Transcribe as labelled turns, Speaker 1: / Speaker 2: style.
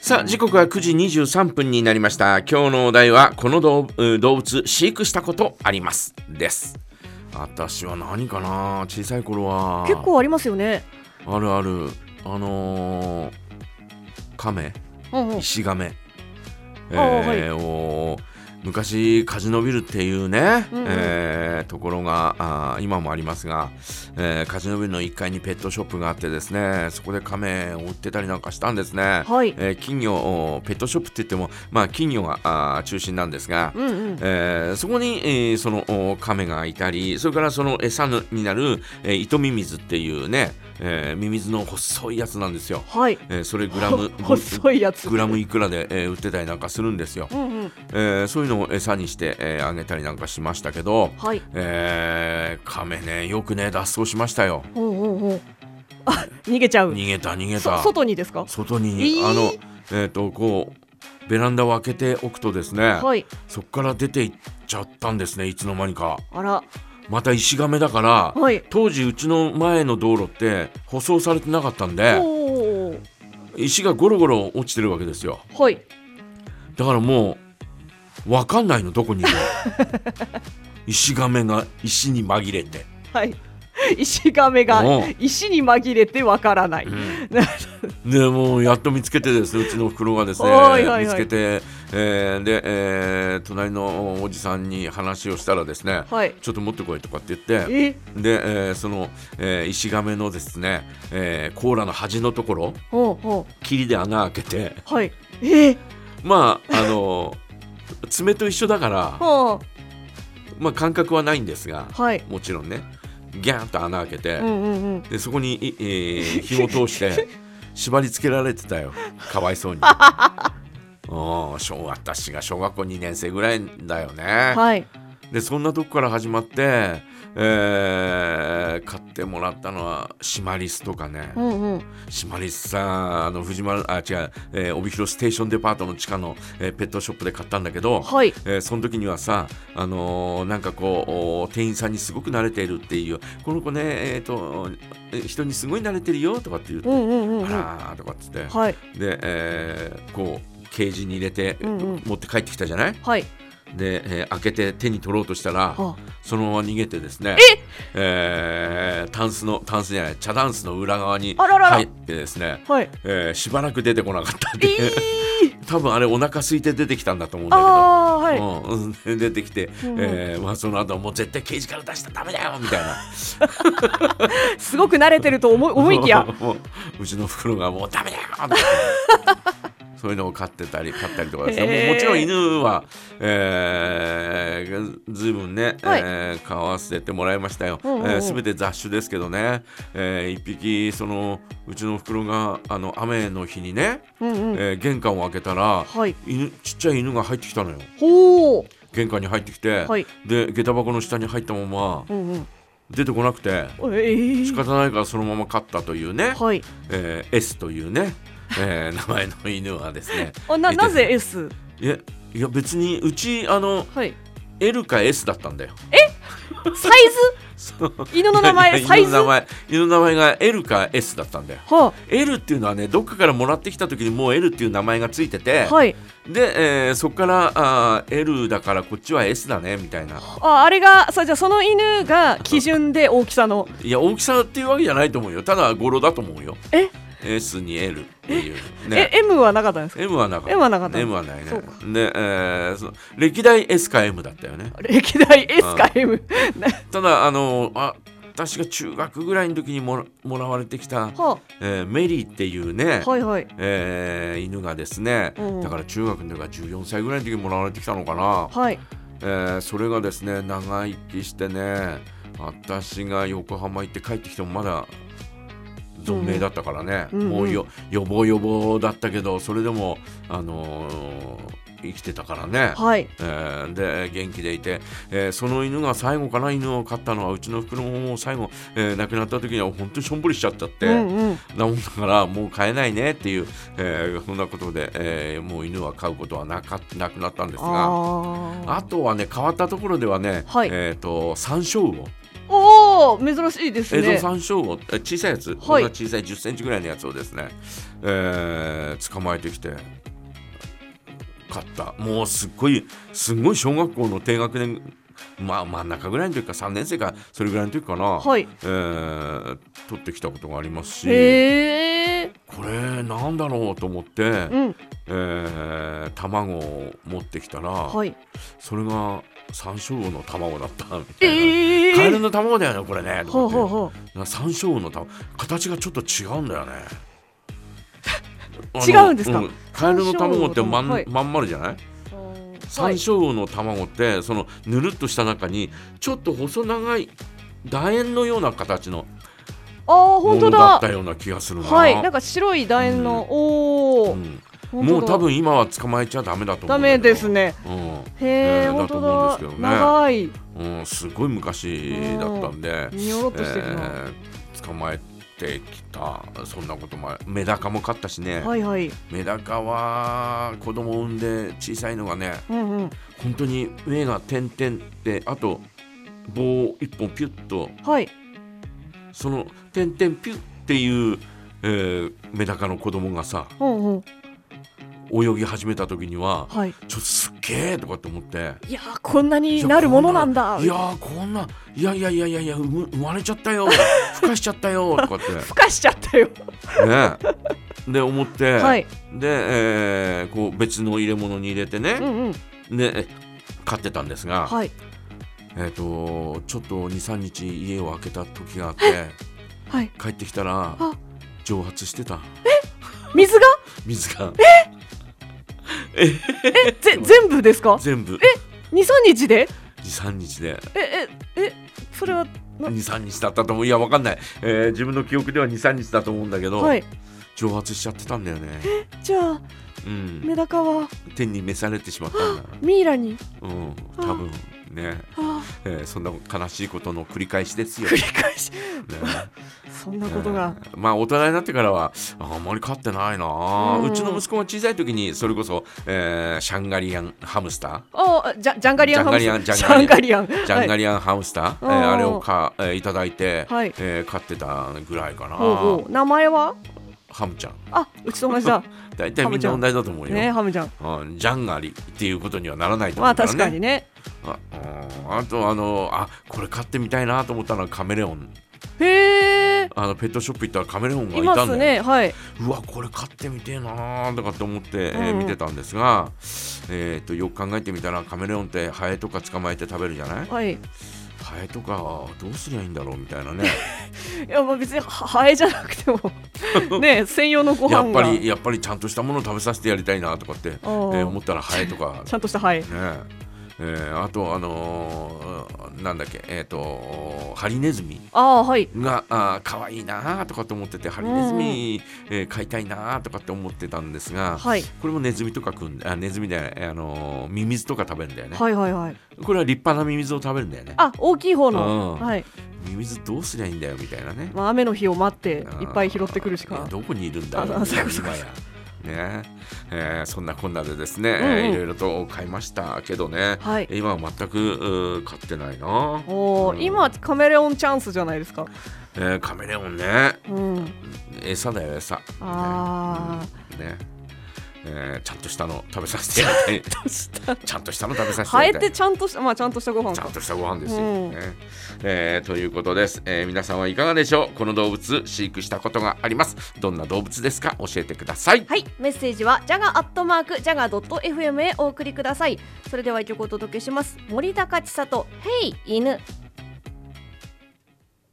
Speaker 1: さあ時刻は9時23分になりました今日のお題はこの動う動物飼育したことありますです私は何かな小さい頃は
Speaker 2: 結構ありますよね。
Speaker 1: あるあるあのー、カメ
Speaker 2: うんうん。
Speaker 1: 石ガメ、え
Speaker 2: ああはい
Speaker 1: ーを昔カジノビルっていうね、
Speaker 2: うんうん
Speaker 1: えーところがあー今もありますが、えーカジノビルの1階にペットショップがあってですねそこでカメを売ってたりなんかしたんですね、
Speaker 2: はい。
Speaker 1: えー金魚をペットショップって言っても、まあ、金魚があー中心なんですが、
Speaker 2: うんうん。
Speaker 1: えーそこに、えーそのおカメがいたりそれからその餌になる、えー糸ミミズっていうね、えーミミズの細いやつなんですよ、
Speaker 2: はい。
Speaker 1: えーそれグラム
Speaker 2: ほ細いやつ。
Speaker 1: グラムいくらで、えー売ってたりなんかするんですよ、
Speaker 2: うんうん。
Speaker 1: えーそういうのを餌にして、えーあげたりなんかしましたけど、
Speaker 2: はい。
Speaker 1: えーカメねよくね脱走しましたよ
Speaker 2: ほうほうほう。あ、逃げちゃう。
Speaker 1: 逃げた逃げ
Speaker 2: そ
Speaker 1: た
Speaker 2: 外にですか。
Speaker 1: 外に、
Speaker 2: えー
Speaker 1: あのえっ、とこうベランダを開けておくとですね、
Speaker 2: はい。
Speaker 1: そこから出ていっちゃったんですねいつの間にか
Speaker 2: あら。
Speaker 1: また石亀だから、
Speaker 2: はい。
Speaker 1: 当時うちの前の道路って舗装されてなかったん
Speaker 2: お
Speaker 1: で
Speaker 2: お。
Speaker 1: 石がゴロゴロ落ちてるわけですよ
Speaker 2: はい。
Speaker 1: だからもう分かんないのどこにいる の石亀が石に紛れて、
Speaker 2: はい。 石亀が
Speaker 1: おう
Speaker 2: 石に紛れてわからない。
Speaker 1: でもうやっと見つけてですねうちの袋がですね
Speaker 2: はいはいはい
Speaker 1: 見つけて、えーで、えー隣のおじさんに話をしたらですね、
Speaker 2: はい。
Speaker 1: ちょっと持ってこいとかって言って
Speaker 2: え、
Speaker 1: で、えーその、えー石亀のですね、えー甲羅の端のところ
Speaker 2: ほうほ
Speaker 1: 霧で穴開けて
Speaker 2: う。はい。え、
Speaker 1: まああの爪と一緒だ から、
Speaker 2: は
Speaker 1: まあ、感覚はないんですが
Speaker 2: あ。はい。
Speaker 1: もちろんねギャーンと穴開けて、
Speaker 2: うんうんうん。
Speaker 1: でそこに、いえー紐を通 して縛り付けられてたよかわいそうに。お小私が小学校2年生ぐらいだよね、
Speaker 2: はい。
Speaker 1: でそんなとこから始まって、えー買ってもらったのはシマリスとかね、
Speaker 2: うんうん。
Speaker 1: シマリスさんあの藤丸あ違う、えー帯広ステーションデパートの地下の、えーペットショップで買ったんだけど、
Speaker 2: はい。
Speaker 1: えーその時にはさ、あのーなんかこうお店員さんにすごく慣れているっていうこの子ね、えー、とえー人にすごい慣れてるよとかって言う
Speaker 2: う
Speaker 1: と、
Speaker 2: んうんうんう
Speaker 1: あ
Speaker 2: ん。
Speaker 1: らーとかって言って、
Speaker 2: はい。
Speaker 1: で、えーこうケージに入れて、
Speaker 2: うんうん
Speaker 1: 持って帰ってきたじゃない
Speaker 2: はい。
Speaker 1: で、えー開けて手に取ろうとしたら
Speaker 2: は
Speaker 1: そのまま逃げてですねえータンスのタンスじゃない茶ダンスの裏側に
Speaker 2: あららら
Speaker 1: 入ってですね
Speaker 2: あ。はい。
Speaker 1: えーしばらく出てこなかったん
Speaker 2: え
Speaker 1: で、
Speaker 2: ー。
Speaker 1: 多分あれお腹空いて出てきたんだと思うんだけど
Speaker 2: ああー、はい。
Speaker 1: うんうん、出てきて、
Speaker 2: うんうん
Speaker 1: えーまあ、その後はもう絶対ケージから出したらダメだよみたいな
Speaker 2: すごく慣れてると思い思いき や
Speaker 1: もううちの袋がもうダメだよってそういうのを飼ってたり飼ったりとかですね
Speaker 2: へー
Speaker 1: ももちろん犬は、えー、ずいぶんね、
Speaker 2: はい
Speaker 1: えー飼わせてもらいましたよすべ、
Speaker 2: うんうんうん
Speaker 1: えー全て雑種ですけどね、えー、1匹そのうちの袋があの雨の日にね、
Speaker 2: うんうん
Speaker 1: えー玄関を開けたら
Speaker 2: はい
Speaker 1: 犬ちっちゃい犬が入ってきたのよ
Speaker 2: ほう
Speaker 1: 玄関に入ってきて、
Speaker 2: はい
Speaker 1: で下駄箱の下に入ったまま
Speaker 2: うんうん
Speaker 1: 出てこなくて
Speaker 2: えー
Speaker 1: 仕方ないからそのまま勝ったというね、
Speaker 2: はい
Speaker 1: えー S というね、え ー名前の犬はですね
Speaker 2: あない
Speaker 1: て
Speaker 2: なぜ S
Speaker 1: いやいや別にうちあの
Speaker 2: はい
Speaker 1: L か S だったんだよ
Speaker 2: サイ
Speaker 1: そう
Speaker 2: ズ犬の名
Speaker 1: いや
Speaker 2: 前
Speaker 1: いや
Speaker 2: サ イ
Speaker 1: 犬
Speaker 2: ズ
Speaker 1: の名
Speaker 2: は
Speaker 1: 前犬の名前が L か S だったんだよ
Speaker 2: あ
Speaker 1: L っていうのはねどっかからもらってきた時にもう L っていう名前がついてて、
Speaker 2: はい
Speaker 1: で、えーそこからあー L だからこっちは S だねみたいな
Speaker 2: ああれがそうじゃあその犬が基準で大きさの
Speaker 1: いや大きさっていうわけじゃないと思うよただ語呂だと思うよ
Speaker 2: え
Speaker 1: S に L っていう
Speaker 2: え
Speaker 1: ね
Speaker 2: M はなかったんですか
Speaker 1: M はなかった
Speaker 2: M はなかった
Speaker 1: M はないね
Speaker 2: そうか
Speaker 1: で、えーその歴代 S か M だったよね
Speaker 2: 歴代 S か M
Speaker 1: ただあのあ私が中学ぐらいの時にもらもらわれてきた、
Speaker 2: は
Speaker 1: えーメリーっていうね、
Speaker 2: あはいはい
Speaker 1: えー犬がですね、
Speaker 2: うん
Speaker 1: だから中学の時は14歳ぐらいの時にもらわれてきたのかな、
Speaker 2: はい
Speaker 1: えーそれがですね長生きしてね私が横浜行って帰ってきてもまだ存命だったからね、
Speaker 2: うんうん
Speaker 1: もうよ予防予防だったけどそれでも、あのー生きてたからね、
Speaker 2: はい
Speaker 1: えーで元気でいて、えーその犬が最後かな犬を飼ったのはうちの袋ももう最後、えー亡くなった時には本当にしょんぼりしちゃっちゃって。
Speaker 2: うんうん
Speaker 1: なもんだからもう飼えないねっていう、えーそんなことで、えーもう犬は飼うことはなかなくなったんですが
Speaker 2: ああ
Speaker 1: あとはね変わったところではね、
Speaker 2: はい
Speaker 1: えっ、と山椒魚、
Speaker 2: おお珍しいです
Speaker 1: 江戸
Speaker 2: ね
Speaker 1: 山椒魚え小さいやつ、こんな小さい10センチぐらいのやつをですね、ええー捕まえてきて買ったもうすっごいすっごい小学校の低学年まあ真ん中ぐらいの時か3年生かそれぐらいの時かな、
Speaker 2: はい
Speaker 1: えー取ってきたことがありますし
Speaker 2: へえ。
Speaker 1: これなんだろうと思って、
Speaker 2: うん。
Speaker 1: えー卵を持ってきたら、
Speaker 2: はい。
Speaker 1: それが山椒魚の卵だったみたいな。
Speaker 2: ええ。
Speaker 1: カエルの卵だよねこれね。
Speaker 2: ほうほう
Speaker 1: う
Speaker 2: ほ
Speaker 1: 山椒魚の卵形がちょっと違うんだよね。
Speaker 2: 違うんですか
Speaker 1: あのカエルの卵ってまん,、
Speaker 2: 山椒魚の卵はい。
Speaker 1: まん丸じゃないう山椒魚の卵ってそのぬるっとした中にちょっと細長い楕円のような形の
Speaker 2: ああ
Speaker 1: も
Speaker 2: 本
Speaker 1: のだ
Speaker 2: 当
Speaker 1: っ
Speaker 2: だ
Speaker 1: た。ような気がするな。
Speaker 2: はい。なんか白い楕円の。お
Speaker 1: う
Speaker 2: お。
Speaker 1: ん
Speaker 2: 本
Speaker 1: も
Speaker 2: 当だ
Speaker 1: う多。分今は捕まえちゃダメだと思うんだけど
Speaker 2: ダメです。ね。
Speaker 1: うん
Speaker 2: へ
Speaker 1: え
Speaker 2: え
Speaker 1: ー
Speaker 2: 本
Speaker 1: だ
Speaker 2: 当
Speaker 1: と
Speaker 2: だ
Speaker 1: 思うんですけど。ね
Speaker 2: 長い。
Speaker 1: うん、すごい昔だったんで、
Speaker 2: 見よろっとしてるな。
Speaker 1: えー捕まえてきたそんなこともあるメダカも飼ったしね、
Speaker 2: はいはい。
Speaker 1: メダカは子供を産んで小さいのがね
Speaker 2: うんうん。
Speaker 1: 本当に目が点々ってあと棒を一本ピュッと
Speaker 2: はい。
Speaker 1: その点々ピュッっていう、えーメダカの子供がさ
Speaker 2: うんうん。
Speaker 1: 泳ぎ始めた時には
Speaker 2: はい。
Speaker 1: ちょっとすっげえとかって思って。
Speaker 2: いやーこんなになるものなんだ。
Speaker 1: いやーこんないやいやいやいやいや生む生まれちゃったよ 孵化しちゃったよとかって
Speaker 2: ふかしちゃったよ。
Speaker 1: ね、で思って、
Speaker 2: はい。
Speaker 1: で、えーこう別の入れ物に入れて
Speaker 2: う
Speaker 1: ね、
Speaker 2: んうん。
Speaker 1: で買ってたんですが、
Speaker 2: はい。
Speaker 1: えっ、とちょっと23日家を開けた時があって
Speaker 2: はい。
Speaker 1: 帰ってきたら
Speaker 2: あ
Speaker 1: 蒸発してた
Speaker 2: 水が
Speaker 1: 水が
Speaker 2: えぜ全部ですか？
Speaker 1: 全部
Speaker 2: 二三日で？
Speaker 1: 23日で
Speaker 2: えええそれはな
Speaker 1: 23日だったと思ういやわかんない、えー自分の記憶では23日だと思うんだけど、
Speaker 2: はい。
Speaker 1: 蒸発しちゃってたんだよね、
Speaker 2: じゃあ
Speaker 1: うん、
Speaker 2: メダカは
Speaker 1: 天に召されてしまったんだ、
Speaker 2: ミイラに。
Speaker 1: うん、多分ね、
Speaker 2: あ
Speaker 1: えーそんな悲しいことの繰り返しです
Speaker 2: ー
Speaker 1: よ
Speaker 2: 繰り返し。
Speaker 1: ね
Speaker 2: そんなことが。
Speaker 1: えーまあ大人になってからはああんまり飼ってないなあ、う
Speaker 2: うん
Speaker 1: ちの息子が小さい時にそれこそ、えーシャンガリアンハムスタ
Speaker 2: あージャジャンガリアンハムスター
Speaker 1: ジ
Speaker 2: ジ
Speaker 1: ャ
Speaker 2: ャ
Speaker 1: ン
Speaker 2: ン
Speaker 1: ガ
Speaker 2: ガリアン。
Speaker 1: ージャンガ
Speaker 2: リ
Speaker 1: リアンハムスター、えー
Speaker 2: おー
Speaker 1: あれをか、えーいただいて、
Speaker 2: はい
Speaker 1: えー飼ってたぐらいかな
Speaker 2: ほうほう名前は？
Speaker 1: ハムちゃん
Speaker 2: あうちと同じ だ。
Speaker 1: 大体みんな
Speaker 2: ハ
Speaker 1: 同
Speaker 2: ム
Speaker 1: じだと思うよ、
Speaker 2: ねハムちゃん。
Speaker 1: うんジャンガリっていうことにはならないと
Speaker 2: ま
Speaker 1: 思う
Speaker 2: あ
Speaker 1: からね
Speaker 2: 確かにね。
Speaker 1: あうんあとあのあこれ飼ってみたいなと思ったのはカメレオン
Speaker 2: へえ。
Speaker 1: あのペットショップ行ったらカメレオンがいた
Speaker 2: い
Speaker 1: んだ
Speaker 2: ま
Speaker 1: よ
Speaker 2: すね。はい。
Speaker 1: うわこれ買ってみてえなーとかって思って、えー
Speaker 2: うんうん
Speaker 1: 見てたんですが、えー、とよく考えてみたらカメレオンってハエとか捕まえて食べるじゃない
Speaker 2: はい。い
Speaker 1: ハエとかどうすりゃいいんだろうみたいなね
Speaker 2: やまあ別にはハエじゃなくて もね専用のご
Speaker 1: や
Speaker 2: 飯
Speaker 1: っぱ
Speaker 2: が
Speaker 1: りやっぱりちゃんとしたものを食べさせてやりたいなとかって、え
Speaker 2: あー
Speaker 1: ー思ったらハエとか
Speaker 2: ちゃんとしたハエ。
Speaker 1: ねえーあとあのーなんだっけえっ、とハリネズミ
Speaker 2: ああーはい。
Speaker 1: があー可愛いなーとかって思っててハリネズミ、えー飼いたいなーとかって思ってたんですが、
Speaker 2: はい。
Speaker 1: これもネズミとか食うんだあネズミじゃない、あのーミミズとか食べるんだよね、
Speaker 2: はいはいはい。
Speaker 1: これは立派なミミズを食べるんだよね
Speaker 2: あ大きい方の、
Speaker 1: うん
Speaker 2: はい
Speaker 1: ミミズどうすりゃいいんだよみたいなね
Speaker 2: まあ、雨の日を待って
Speaker 1: あー
Speaker 2: いっぱい拾ってくるし
Speaker 1: いや
Speaker 2: か
Speaker 1: どこにいるんだよ
Speaker 2: ああそうかそう
Speaker 1: 今
Speaker 2: か
Speaker 1: やねえーそんなこんなでですね、
Speaker 2: んうん
Speaker 1: えーいろいろと買いましたけどね、
Speaker 2: はい
Speaker 1: 今は全くうー買ってないな、
Speaker 2: おお、
Speaker 1: うん
Speaker 2: 今カメレオンチャンスじゃないですか
Speaker 1: えーカメレオンね
Speaker 2: うん
Speaker 1: 餌だよ餌
Speaker 2: あ
Speaker 1: ね,うん、ねえーちゃんとしたの食べさせてやりたいちゃんとしたの食べさせてや
Speaker 2: ハエ
Speaker 1: り
Speaker 2: った
Speaker 1: い
Speaker 2: てちゃんとしたまあちゃんとしたご飯
Speaker 1: ちゃ
Speaker 2: か
Speaker 1: んとしたご飯ですよ、
Speaker 2: うん
Speaker 1: ねえーということです、えー皆さんはいかがでしょうこの動物飼育したことがありますどんな動物ですか教えてください
Speaker 3: はい、メッセージはジャガアットマークジャガドット FM へお送りください。それでは一曲お届けします。森高千里、ヘイ犬。